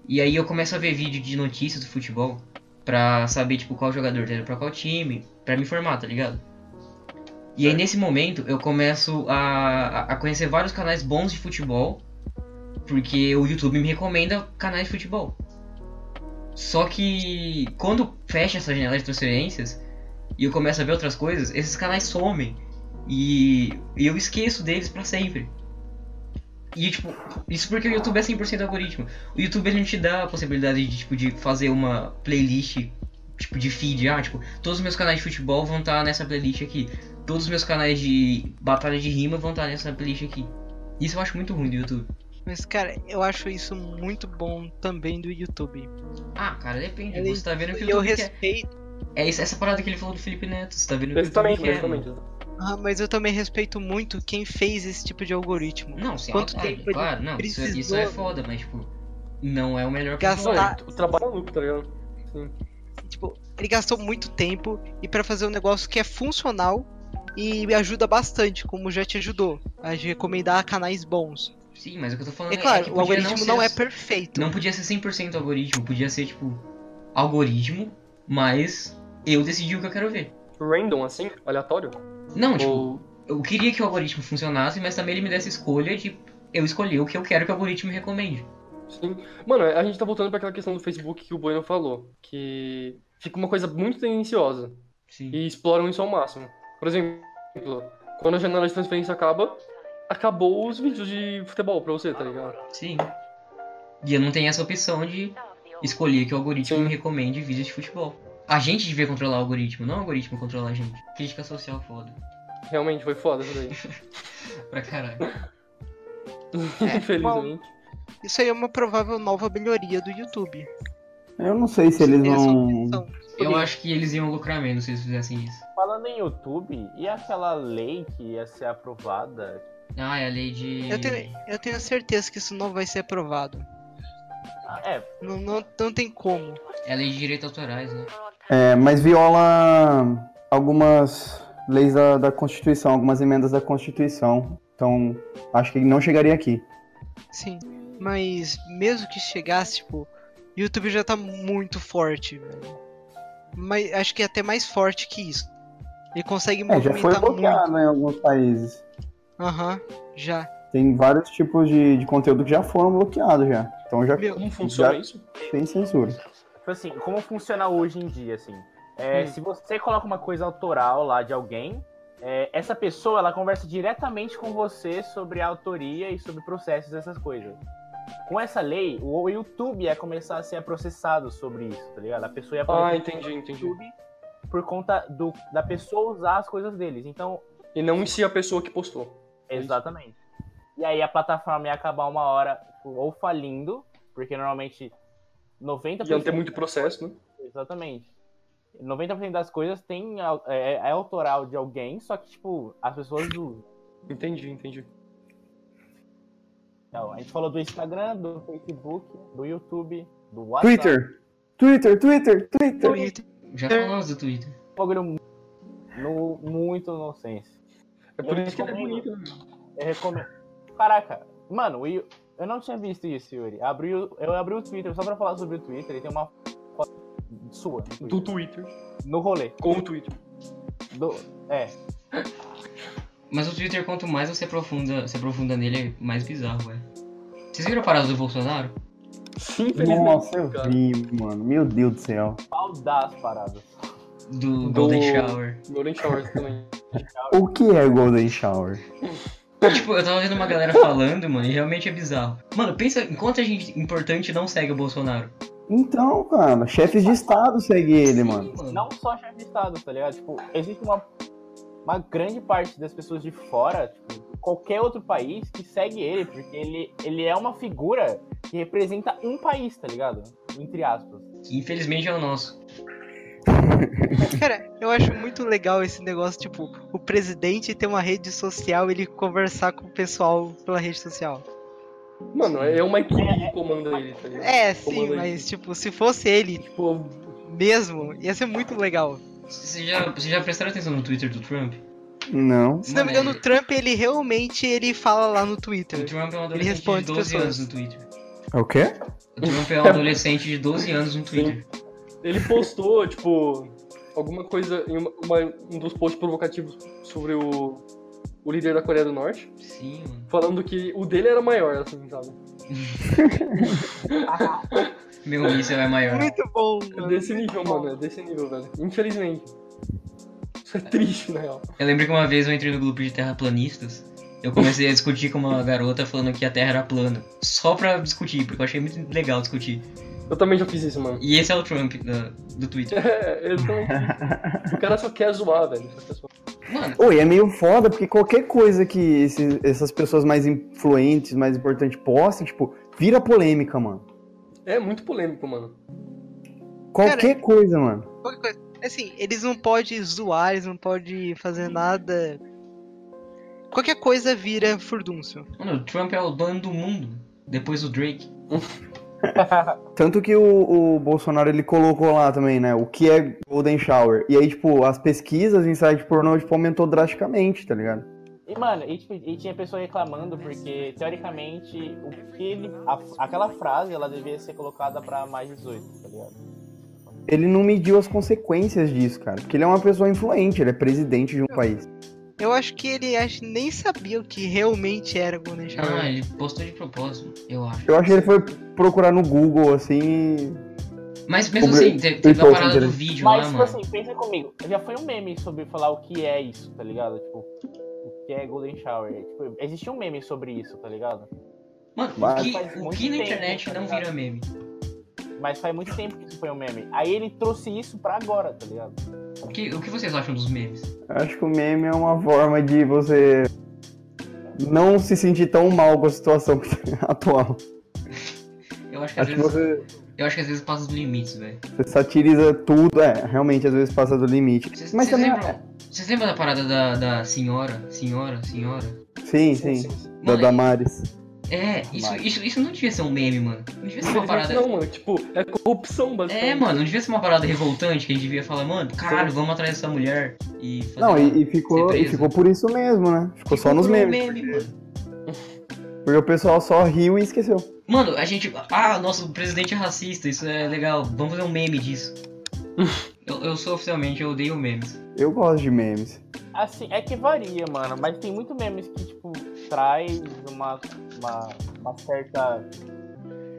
S4: E aí eu começo a ver vídeo de notícias do futebol pra saber, tipo, qual jogador tá indo pra qual time, pra me informar, tá ligado? E aí nesse momento eu começo a, a conhecer vários canais bons de futebol, porque o YouTube me recomenda canais de futebol. Só que quando fecha essa janela de transferências e eu começo a ver outras coisas, esses canais somem e, e eu esqueço deles pra sempre. E tipo, isso porque o YouTube é 100% algoritmo. O YouTube ele não te dá a possibilidade de tipo de fazer uma playlist tipo de feed, ah, tipo, todos os meus canais de futebol vão estar nessa playlist aqui todos os meus canais de batalha de rima vão estar nessa playlist aqui. Isso eu acho muito ruim do YouTube.
S6: Mas, cara, eu acho isso muito bom também do YouTube.
S4: Ah, cara, depende.
S6: Ele-
S4: Você tá vendo que o
S6: eu
S4: YouTube quer.
S6: respeito.
S4: É isso- essa parada que ele falou do Felipe Neto. Você tá vendo
S2: É.
S4: que o YouTube
S3: Exatamente,
S4: quer.
S3: exatamente.
S2: Tá.
S6: Ah, mas eu também respeito muito quem fez esse tipo de algoritmo.
S4: Não, sem
S6: Quanto
S4: maldade,
S6: tempo ele
S4: claro, não, isso,
S6: precisou-
S4: isso é foda, mas tipo, não é o melhor
S6: Gastar-
S4: console.
S3: Olha, o trabalho é maluco, tá ligado? Sim.
S6: Tipo, ele gastou muito tempo e pra fazer um negócio que é funcional e me ajuda bastante, como já te ajudou, a de recomendar canais bons.
S4: Sim, mas o que eu tô falando
S6: É
S4: é,
S6: claro,
S4: que
S6: o
S4: podia
S6: algoritmo não,
S4: não, ser- assim.
S6: é perfeito.
S4: não podia ser 100% algoritmo, podia ser tipo algoritmo, mas eu decidi o que eu quero ver.
S3: Random, assim, aleatório.
S4: Não, tipo,
S3: Ou
S4: eu queria que o algoritmo funcionasse, mas também ele me desse escolha de eu escolher o que eu quero que o algoritmo me recomende.
S3: Sim. Mano, a gente tá voltando pra aquela questão do Facebook que o Bueno falou, que fica uma coisa muito tendenciosa
S4: Sim.
S3: e exploram isso ao máximo. Por exemplo, quando a janela de transferência acaba, acabou os vídeos de futebol pra você, tá ligado?
S4: Sim. E eu não tenho essa opção de escolher que o algoritmo
S3: Sim.
S4: me recomende vídeos de futebol. A gente devia controlar o algoritmo, não o algoritmo controlar a gente. Crítica social foda.
S3: Realmente foi foda isso daí.
S4: Pra caralho.
S3: É, Infelizmente.
S6: Isso aí é uma provável nova melhoria do YouTube.
S1: Eu não sei se eles
S6: Essa é
S1: vão.
S6: opção.
S4: Eu acho que eles iam lucrar menos se eles fizessem isso.
S2: Falando em YouTube, e aquela lei que ia ser aprovada?
S4: Ah, é a lei de.
S6: Eu tenho, eu tenho certeza que isso não vai ser aprovado.
S2: Ah, É,
S6: Não, não, não tem como.
S4: É a lei de direitos autorais, né?
S1: É, mas viola algumas leis da, da Constituição, algumas emendas da Constituição. Então, acho que não chegaria aqui.
S6: Sim. Mas mesmo que chegasse, tipo, o YouTube já tá muito forte, velho. Mas acho que é até mais forte que isso. Ele consegue
S1: É, já foi
S6: movimentar muito.
S1: bloqueado em alguns países.
S6: Aham, já.
S1: Tem vários tipos de, de conteúdo que já foram bloqueados já. Então já
S6: Meu,
S3: Como funciona
S1: Já-
S3: isso?
S1: tem censura.
S2: tipo assim, como funciona hoje em dia, assim? É,
S6: Hum.
S2: Se você coloca uma coisa autoral lá de alguém, é, essa pessoa, ela conversa diretamente com você sobre a autoria e sobre processos, essas coisas. Com essa lei, o o YouTube ia começar a ser processado sobre isso, tá ligado? A pessoa ia
S3: Ah,
S2: poder-
S3: entendi, entendi.
S2: YouTube por conta do, da pessoa usar as coisas deles. Então,
S3: E não em si a pessoa que postou. isso.
S2: exatamente. E aí a plataforma ia acabar uma hora ou falindo, porque normalmente 90%
S3: Iam ter muito processo, né?
S2: exatamente. 90% das coisas tem au- é, é autoral de alguém, só que tipo, as pessoas usam.
S3: Entendi, entendi.
S2: Então, a gente falou do Instagram, do Facebook, do YouTube, do WhatsApp.
S1: Twitter! Twitter, Twitter, Twitter!
S4: Já falamos do Twitter.
S2: Um bagulho mu- no, muito nonsense.
S3: É por
S2: Eu
S3: isso que ele é
S2: recomendo.
S3: bonito. né?
S2: Eu recomendo. Caraca, mano, eu, eu não tinha visto isso, Yuri. Abri o- eu abri o Twitter só pra falar sobre o Twitter. Ele tem uma foto sua no,
S3: Do
S2: Twitter.
S3: Twitter.
S2: No rolê.
S3: Com o Twitter.
S2: Do, é,
S4: Mas o Twitter, quanto mais você aprofunda, se aprofunda nele, é mais bizarro, é. Vocês viram a parada do Bolsonaro?
S3: Sim,
S1: Nossa,
S3: infelizmente,
S1: eu
S3: cara.
S1: vi, mano. Meu Deus do céu.
S2: pau das paradas.
S4: Do,
S3: Do-
S4: Golden Shower.
S3: Golden Showers também.
S1: O que é Golden Shower?
S4: tipo, eu tava vendo uma galera falando, mano, e realmente é bizarro. Mano, pensa em quanta gente importante não segue o Bolsonaro.
S1: Então, cara, chefes de Estado seguem ele, mano.
S2: Não só chefe de Estado, tá ligado? Tipo, existe uma, uma grande parte das pessoas de fora, tipo, qualquer outro país, que segue ele, porque ele, ele é uma figura que representa um país, tá ligado? Entre aspas.
S4: Que infelizmente é o nosso.
S6: Cara, eu acho muito legal esse negócio, tipo, o presidente ter uma rede social e ele conversar com o pessoal pela rede social.
S3: Mano, é uma equipe que comanda ele, tá ligado?
S6: É, sim,
S3: Comanda
S6: mas
S3: ele.
S6: tipo, se fosse ele
S3: Tipo,
S6: mesmo, ia ser muito legal.
S4: Vocês já, vocês já prestaram atenção no Twitter do Trump?
S1: Não.
S6: Se não me engano, o Trump, ele realmente ele fala lá no
S4: O
S6: Twitter.
S4: Trump é um adolescente de
S6: responde
S4: 12
S6: pessoas.
S4: anos no Twitter.
S1: É o quê?
S4: O Trump é um adolescente de 12 anos no Twitter.
S3: ele postou, tipo, alguma coisa em uma- uma- um dos posts provocativos sobre o, o líder da Coreia do Norte,
S4: Sim, mano.
S3: falando que o dele era maior, assim, sabe?
S4: Meu míssel é maior.
S6: Muito bom,
S3: É
S6: mano.
S3: desse
S6: muito
S3: nível,
S6: bom.
S3: mano, é desse nível, velho. Infelizmente. Isso é triste, na real.
S4: Eu lembro que uma vez eu entrei no grupo de terraplanistas. Eu comecei a discutir com uma garota falando que a Terra era plana. Só pra discutir, porque eu achei muito legal discutir.
S3: Eu também já fiz isso, mano.
S4: E esse é o Trump da- né, do Twitter.
S3: É, eu também. O cara só quer zoar, velho. só quer zoar.
S4: Mano,
S1: Oi, é meio foda, porque qualquer coisa que esses- essas pessoas mais influentes, mais importantes postem, tipo, vira polêmica, mano.
S3: É muito polêmico, mano.
S1: Qualquer coisa, mano.
S6: Qualquer coisa. Assim, eles não podem zoar, eles não podem fazer nada. Qualquer coisa vira furdúncio.
S4: mano, o Trump é o dono do mundo. Depois o Drake.
S1: Tanto que o, o Bolsonaro, ele colocou lá também, né, o que é Golden Shower. E aí, tipo, as pesquisas em site pornô, tipo, aumentou drasticamente, tá ligado?
S2: E, mano, e, tipo, e tinha pessoa reclamando porque, teoricamente, o que ele, a- aquela frase ela devia ser colocada pra mais 18, tá ligado?
S1: Ele não mediu as consequências disso, cara. Porque ele é uma pessoa influente, ele é presidente de um país.
S6: Eu acho que ele acho, nem sabia o que realmente era Golden
S2: É.
S4: Não,
S6: Shower.
S4: ele postou de propósito, eu acho.
S1: Eu acho que ele foi procurar no Google, assim,
S4: Mas mesmo
S1: O
S4: assim,
S1: Drake-
S4: teve,
S1: Drake
S4: teve a
S1: postou
S4: parada do
S1: dele.
S4: vídeo
S2: Mas,
S4: lá,
S2: tipo
S4: mano.
S2: assim, pensa comigo. Já foi um meme sobre falar o que é isso, tá ligado? Tipo, o que é Golden Shower. Tipo, existia um meme sobre isso, tá ligado?
S4: Mano, o
S1: Mas-
S4: que,
S2: Faz
S4: o
S2: muito
S4: que na
S2: tempo,
S4: internet
S2: tá
S4: não
S2: ligado?
S4: vira meme?
S2: Mas faz muito tempo que isso foi um meme. Aí ele trouxe isso pra agora, tá ligado?
S4: O que, o que vocês acham dos memes?
S1: Eu Acho que o meme é uma forma de você não se sentir tão mal com a situação que tá atual.
S4: Eu acho que às
S1: Acho que
S4: vezes.
S1: você,
S4: Eu acho que às vezes passa dos limites, velho.
S1: você satiriza tudo, é, realmente às vezes passa do limite.
S4: Vocês
S1: Mas
S4: vocês
S1: também.
S4: lembram? Vocês lembram da parada da, da senhora? Senhora, senhora?
S1: Sim, sim. Da
S4: Mano,
S1: Damares.
S4: É, isso, isso, isso não devia ser um meme, mano. Não devia ser uma parada.
S3: Não, mano, tipo, é corrupção, basicamente.
S4: É, mano, não devia ser uma parada revoltante que a gente devia falar, mano, caralho, vamos atrás dessa mulher e fazer
S1: Não,
S4: uma-
S1: e, e ficou,
S4: ser
S1: e
S4: preso.
S1: ficou por isso mesmo, né? Ficou só nos
S4: por um
S1: memes.
S4: meme, mano.
S1: Porque o pessoal só riu e esqueceu.
S4: Mano, a gente. Ah, nosso presidente é racista, isso é legal. Vamos fazer um meme disso. eu, eu sou oficialmente, eu odeio memes.
S1: Eu gosto de memes.
S2: Assim, é que varia, mano. Mas tem muito memes que, tipo, traz uma, uma, uma certa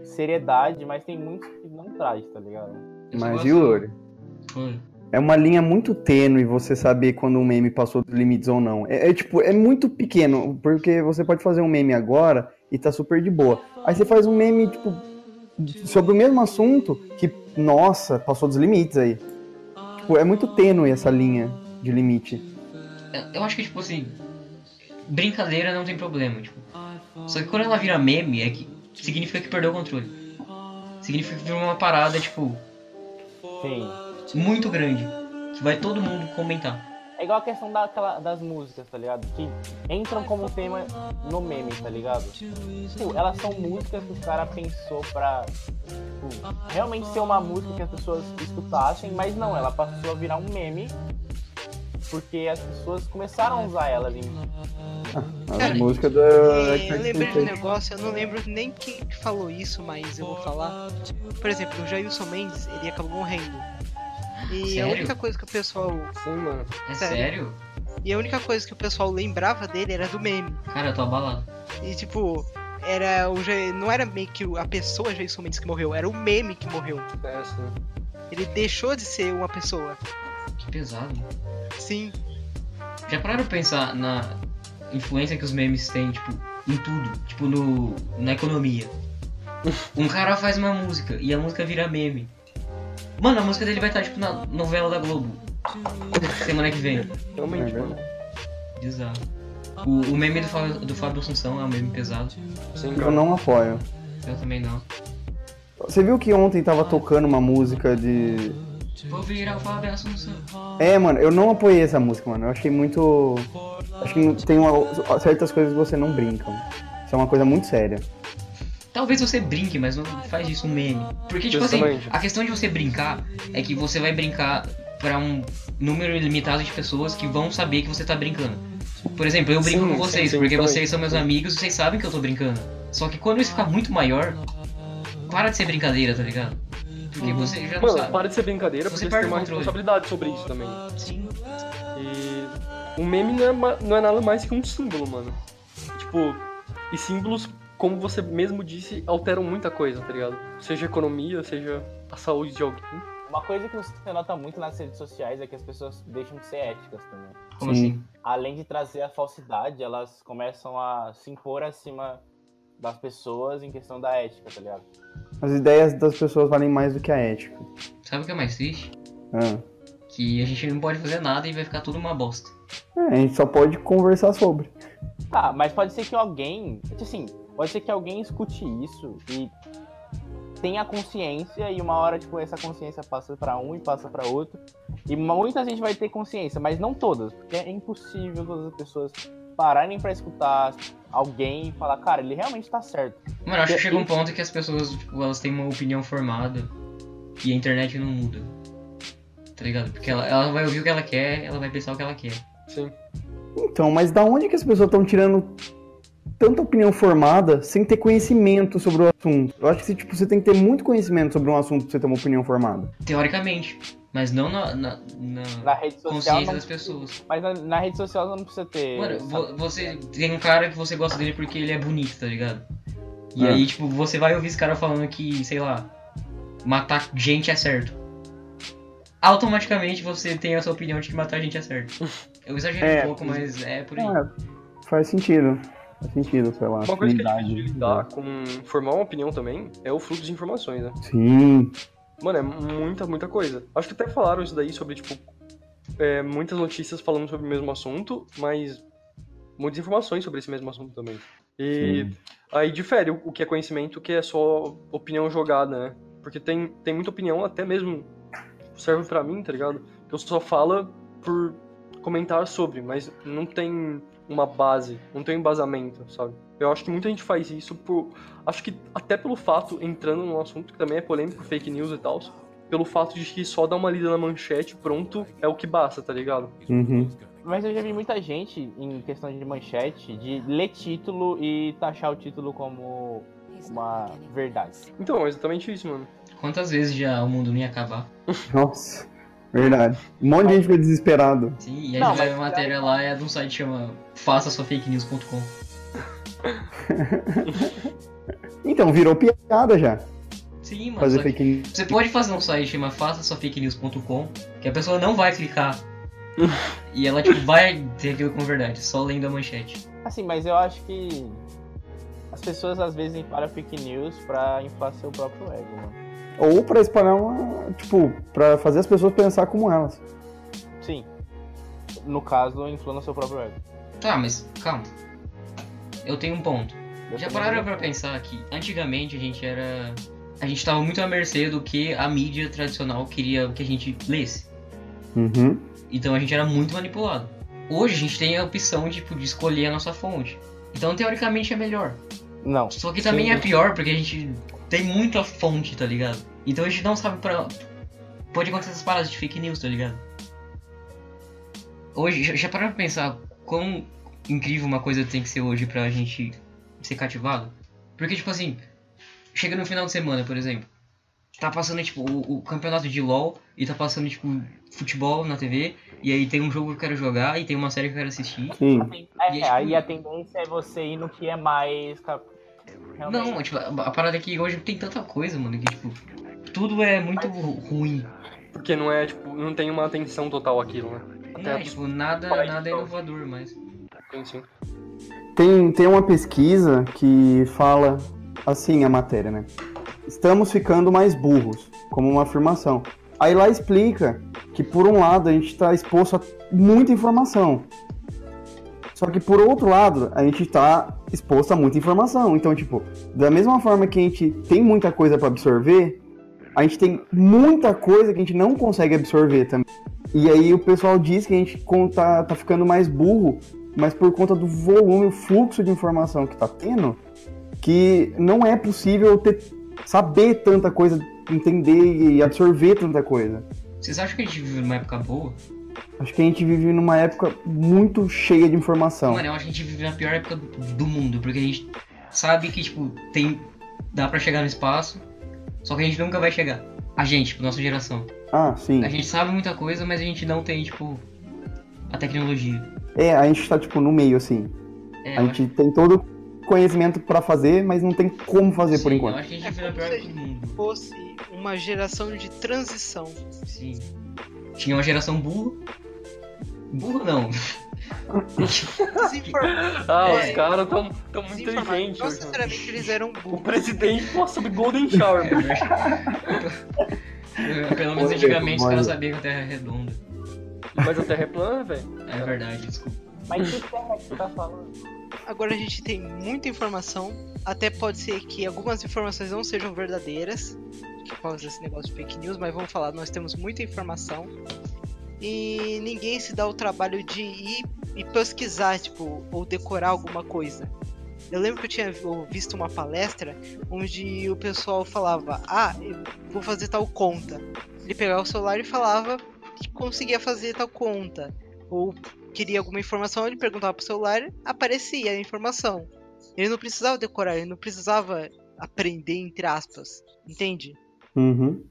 S2: seriedade, mas tem muitos que não traz, tá ligado?
S4: Eu
S1: Mas
S4: gosto-
S1: e o Yuri?
S4: Foi.
S1: É uma linha muito tênue você saber quando um meme passou dos limites ou não. É, é, tipo, é muito pequeno, porque você pode fazer um meme agora e tá super de boa. Aí você faz um meme, tipo, de- sobre o mesmo assunto que, nossa, passou dos limites aí. Tipo, é muito tênue essa linha de limite.
S4: Eu- Eu acho que, tipo assim, brincadeira não tem problema, tipo. Só que quando ela vira meme, é que significa que perdeu o controle. Significa que virou uma parada, tipo,
S2: Sim.
S4: muito grande. Que vai todo mundo comentar.
S2: É igual a questão daquela, das músicas, tá ligado? Que entram como tema no meme, tá ligado? Tipo, elas são músicas que o cara pensou pra tipo, realmente ser uma música que as pessoas escutassem, mas não, ela passou a virar um meme porque as pessoas começaram a usar elas em.
S1: As
S6: Cara,
S1: músicas da.
S6: É, eu lembrei de um negócio, eu não lembro nem quem que falou isso, mas eu vou falar. Por exemplo, o Jailson Mendes, ele acabou morrendo. E
S4: Sério?
S6: a única coisa que o pessoal.
S3: Sim, mano.
S4: É sério?
S6: Sério? E a única coisa que o pessoal lembrava dele era do meme.
S4: Cara, eu tô abalado.
S6: E tipo, era o Ja- não era meio que a pessoa Jailson Mendes que morreu, era o meme que morreu.
S3: É, sim.
S6: Ele deixou de ser uma pessoa.
S4: Que pesado.
S6: Sim.
S4: Já pararam pra pensar na influência que os memes têm, tipo, em tudo? Tipo, no, na economia. Um cara faz uma música e a música vira meme. Mano, a música dele vai estar, tipo, na novela da Globo. Semana que vem.
S3: Realmente,
S1: É
S3: mano.
S4: Bizarro. O, o meme do Fábio, do Fábio Assunção é um meme pesado.
S3: Sim,
S1: Eu
S3: cara.
S1: não apoio.
S4: Eu também não.
S1: Você viu que ontem tava tocando uma música de.
S4: Vou virar o Fábio Assunção.
S1: É, mano, eu não apoiei essa música, mano. Eu achei muito. Acho que tem uma- certas coisas que você não brinca. Mano. Isso é uma coisa muito séria.
S4: Talvez você brinque, mas não faz disso um meme. Porque, tipo assim,
S3: Justamente.
S4: a questão de você brincar é que você vai brincar pra um número ilimitado de pessoas que vão saber que você tá brincando. Por exemplo, eu brinco
S3: Sim,
S4: com
S3: sim,
S4: vocês,
S3: sim,
S4: porque
S3: também.
S4: vocês são meus amigos e vocês sabem que eu tô brincando. Só que quando isso ficar muito maior, para de ser brincadeira, tá ligado? Porque você já não
S3: Uhum. Mano,
S4: sabe.
S3: para de ser brincadeira,
S4: Você
S3: porque você
S4: perde
S3: tem uma
S4: o controle.
S3: responsabilidade sobre isso também.
S4: Sim.
S3: E um meme não é, ma- não é nada mais que um símbolo, mano. Tipo, e símbolos, como você mesmo disse, alteram muita coisa, tá ligado? Seja a economia, seja a saúde de alguém.
S2: Uma coisa que você nota muito nas redes sociais é que as pessoas deixam de ser éticas também.
S4: Como
S1: Sim.
S4: assim?
S2: Além de trazer a falsidade, elas começam a se impor acima das pessoas em questão da ética, tá ligado?
S1: As ideias das pessoas valem mais do que a ética.
S4: Sabe o que é mais triste?
S1: Ah,
S4: Que que a gente não pode fazer nada e vai ficar tudo uma bosta.
S1: É, a gente só pode conversar sobre.
S2: Tá, mas pode ser que alguém. Assim, pode ser que alguém escute isso e tenha consciência e uma hora, tipo, essa consciência passa pra um e passa pra outro. E muita gente vai ter consciência, mas não todas, porque é impossível todas as pessoas pararem pra escutar alguém e falar, cara, ele realmente tá certo.
S4: Mano, eu acho que
S2: É,
S4: chega um
S2: e-
S4: ponto que as pessoas, tipo, elas têm uma opinião formada e a internet não muda. Tá ligado? Porque ela, ela vai ouvir o que ela quer, ela vai pensar o que ela quer.
S3: Sim.
S1: Então, mas da onde que as pessoas estão tirando tanta opinião formada sem ter conhecimento sobre o assunto? Eu acho que tipo, você tem que ter muito conhecimento sobre um assunto pra você ter uma opinião formada.
S4: Teoricamente. Mas não na, na, na
S2: Na rede social.
S4: consciência
S2: não-
S4: das pessoas.
S2: Mas na, na rede social não precisa ter.
S4: Mano,
S2: sabe?
S4: vo- você tem um cara que você gosta dele porque ele é bonito, tá ligado? E
S2: Ah.
S1: É.
S4: aí, tipo, você vai ouvir esse cara falando que, sei lá, matar gente é certo. Automaticamente você tem a sua opinião de que matar gente é certo. Eu exagerei
S1: É.
S4: um pouco, mas é por aí.
S1: É, faz sentido. Faz sentido, sei lá.
S3: Uma coisa que é
S1: afinidade.
S3: difícil de lidar com formar uma opinião também é o fluxo de informações, né?
S1: Sim.
S3: Mano, é muita, muita coisa. Acho que até falaram isso daí sobre, tipo, é, muitas notícias falando sobre o mesmo assunto, mas muitas informações sobre esse mesmo assunto também. E aí difere o o que é conhecimento, o que é só opinião jogada, né? Porque tem, tem muita opinião, até mesmo serve pra mim, tá ligado? Que eu só falo por comentar sobre, mas não tem uma base, não tem um embasamento, sabe? Eu acho que muita gente faz isso por, Acho que até pelo fato, entrando num assunto que também é polêmico, fake news e tal, pelo fato de que só dar uma lida na manchete, pronto, é o que basta, tá ligado?
S1: Uhum.
S2: Mas eu já vi muita gente, em questão de manchete, de ler título e taxar o título como uma verdade.
S3: Então, é exatamente isso, mano.
S4: Quantas vezes já o mundo não ia acabar?
S1: Nossa, verdade. Um monte de gente ficou desesperado.
S4: Sim, e aí
S2: Não,
S4: vai
S2: mas-
S4: uma matéria lá é de um site que chama faça sua fake news.com.
S1: Então, virou piada já.
S4: Sim, mano.
S1: Fazer
S4: só que-
S1: fake news.
S4: Você pode fazer um site que chama faça sua fake news.com, que a pessoa não vai clicar. e ela tipo vai ter aquilo como verdade, só lendo a manchete.
S2: Assim, mas eu acho que as pessoas às vezes param fake news pra inflar seu próprio ego, né? mano.
S1: Ou pra espalhar uma. Tipo, pra fazer as pessoas pensar como elas.
S2: Sim. No caso, inflando seu próprio ego.
S4: Tá, mas calma. Eu tenho um ponto.
S2: Eu
S4: Já
S2: também
S4: pararam
S1: um
S2: não-
S4: pra pensar que antigamente a gente era. A gente tava muito à mercê do que a mídia tradicional queria que a gente lesse.
S1: Uhum.
S4: Então a gente era muito manipulado. Hoje a gente tem a opção tipo, de escolher a nossa fonte. Então teoricamente é melhor.
S2: Não.
S4: Só que também
S3: Sim.
S4: é pior porque a gente tem muita fonte, tá ligado? Então a gente não sabe pra. Pode acontecer essas paradas de fake news, tá ligado? Hoje, já, já parou pra pensar quão incrível uma coisa tem que ser hoje pra gente ser cativado? Porque, tipo assim, chega no final de semana, por exemplo, tá passando, tipo, o, o campeonato de LoL e tá passando, tipo, futebol na TV, e aí tem um jogo que eu quero jogar e tem uma série que eu quero assistir.
S1: Sim.
S2: É,
S4: E é, tipo-
S2: aí a tendência é você ir no que é mais. cap- realmente.
S4: Não, tipo, a, a parada é que hoje tem tanta coisa, mano, que, tipo, tudo é muito ru- ruim.
S3: Porque não é, tipo, não tem uma atenção total aquilo, né?
S4: Não, é, tipo, nada,
S3: Pode,
S4: nada é
S3: então.
S4: inovador, mas.
S3: Tem sim.
S1: Tem, tem uma pesquisa que fala assim a matéria, né? Estamos ficando mais burros, como uma afirmação. Aí lá explica que, por um lado, a gente está exposto a muita informação. Só que, por outro lado, a gente está exposto a muita informação. Então, tipo, da mesma forma que a gente tem muita coisa para absorver, a gente tem muita coisa que a gente não consegue absorver também. E aí o pessoal diz que a gente con- tá, tá ficando mais burro mas por conta do volume, o fluxo de informação que tá tendo, que não é possível ter, saber tanta coisa, entender e absorver tanta coisa.
S4: Vocês acham que a gente vive numa época boa?
S1: Acho que a gente vive numa época muito cheia de informação.
S4: Mano, eu acho que a gente vive na pior época do, do mundo, porque a gente sabe que, tipo, tem. dá pra chegar no espaço, só que a gente nunca vai chegar. A gente, tipo, nossa geração.
S1: Ah, sim.
S4: A gente sabe muita coisa, mas a gente não tem, tipo, a tecnologia.
S1: É, a gente tá tipo no meio assim.
S4: É,
S1: a
S4: eu
S1: gente tem todo o conhecimento pra fazer, mas não tem como fazer
S4: acho,
S1: por
S4: sim,
S1: enquanto.
S4: Eu acho que a gente vive na pior época do mundo.
S6: Fosse uma geração de transição.
S4: Sim. Tinha uma geração burra. Burra não.
S6: Desinformados.
S3: Ah,
S6: É.
S3: os caras tão, tão muito
S6: Desinformados.
S3: inteligentes
S6: Não
S3: hoje. mano.
S6: sinceramente eles eram
S3: O
S6: burros.
S3: presidente, nossa, do Golden Shower,
S4: É,
S3: mano.
S4: eu acho- Pelo menos
S1: Olha,
S4: antigamente os
S1: olha.
S4: caras sabiam que a Terra é redonda.
S3: Mas a Terra é plana, velho.
S4: É verdade, desculpa.
S8: Mas
S2: é
S8: que terra que tu tá falando?
S6: Agora a gente tem muita informação. Até pode ser que algumas informações não sejam verdadeiras, por causa desse negócio de fake news, mas vamos falar, nós temos muita informação. E ninguém se dá o trabalho de ir e pesquisar, tipo, ou decorar alguma coisa. Eu lembro que eu tinha vi- ou visto uma palestra onde o pessoal falava: Ah, eu vou fazer tal conta. Ele pegava o celular e falava que conseguia fazer tal conta. Ou queria alguma informação, ele perguntava pro celular, aparecia a informação. Ele não precisava decorar, ele não precisava aprender entre aspas, entende?
S1: Uhum.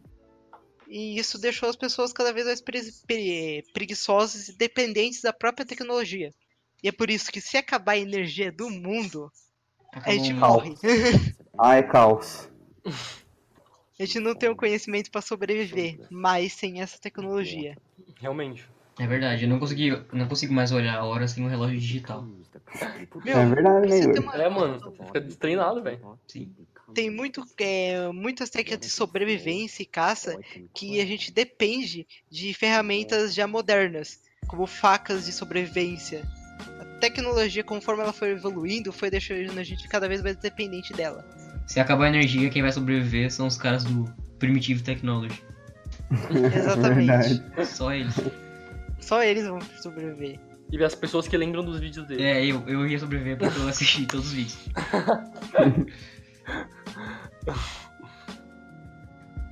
S6: E isso deixou as pessoas cada vez mais pre- pre- preguiçosas e dependentes da própria tecnologia. E é por isso que se acabar a energia do mundo, a gente
S4: Acabou. um
S6: morre.
S1: Ah, é caos.
S6: A gente não tem o conhecimento para sobreviver, mas sem essa tecnologia.
S3: Realmente.
S4: É verdade, eu não consegui, não consigo mais olhar a hora sem um relógio digital.
S1: é verdade,
S6: Você
S1: né?
S6: tem
S1: Yuri?
S6: uma-
S3: É, mano. você Fica destreinado, velho.
S4: Sim.
S6: tem muito, é, muitas técnicas de sobrevivência e caça que a gente depende de ferramentas já modernas, como facas de sobrevivência. A tecnologia, conforme ela foi evoluindo, foi deixando a gente cada vez mais dependente dela.
S4: Se acabar a energia, quem vai sobreviver são os caras do Primitive Technology.
S6: Exatamente.
S4: Só eles.
S6: Só eles vão sobreviver.
S3: E as pessoas que lembram dos vídeos dele.
S4: É, eu, eu ia sobreviver porque eu assisti todos os vídeos.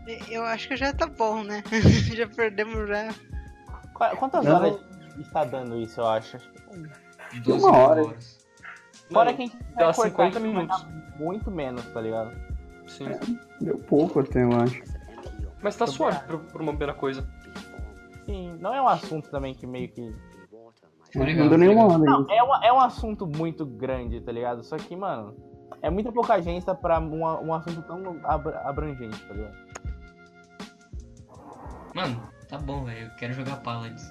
S6: E- Eu acho que já tá bom, né? já perdemos já.
S8: Qu- Quantas
S1: Não.
S8: horas está dando isso, eu acho?
S4: De 12
S1: Uma hora.
S4: horas.
S8: Fora
S3: Mano,
S8: quem vai
S3: Dá
S2: É,
S8: cortar,
S3: 50
S8: vai
S3: minutos.
S8: dar Muito menos, tá ligado?
S3: Sim.
S1: Deu pouco até, eu acho.
S3: Mas tá suave pra, pra uma primeira coisa.
S8: Sim, não é um assunto também que meio que.
S4: Ficou legal,
S1: não deu
S4: ficou
S1: nenhuma
S4: legal.
S1: hora ainda.
S8: Não, é, uma, é um assunto muito grande, tá ligado? Só que, mano, é muito pouca agência pra um, a- um assunto tão abra- abrangente, tá ligado?
S4: Mano, tá bom, velho. Eu quero jogar Paladins.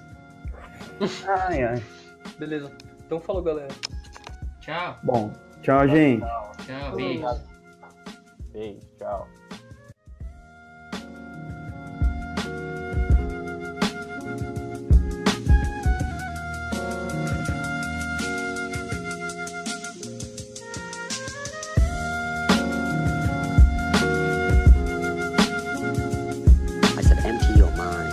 S1: Ai, ai.
S3: Beleza. Então falou, galera.
S4: Tchau,
S1: Bom, tchau, gente.
S4: tchau, beijo.
S8: Beijo, tchau.
S9: I said, empty your mind.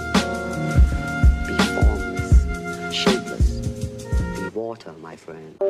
S9: Be formless, shapeless. Be water, my friend.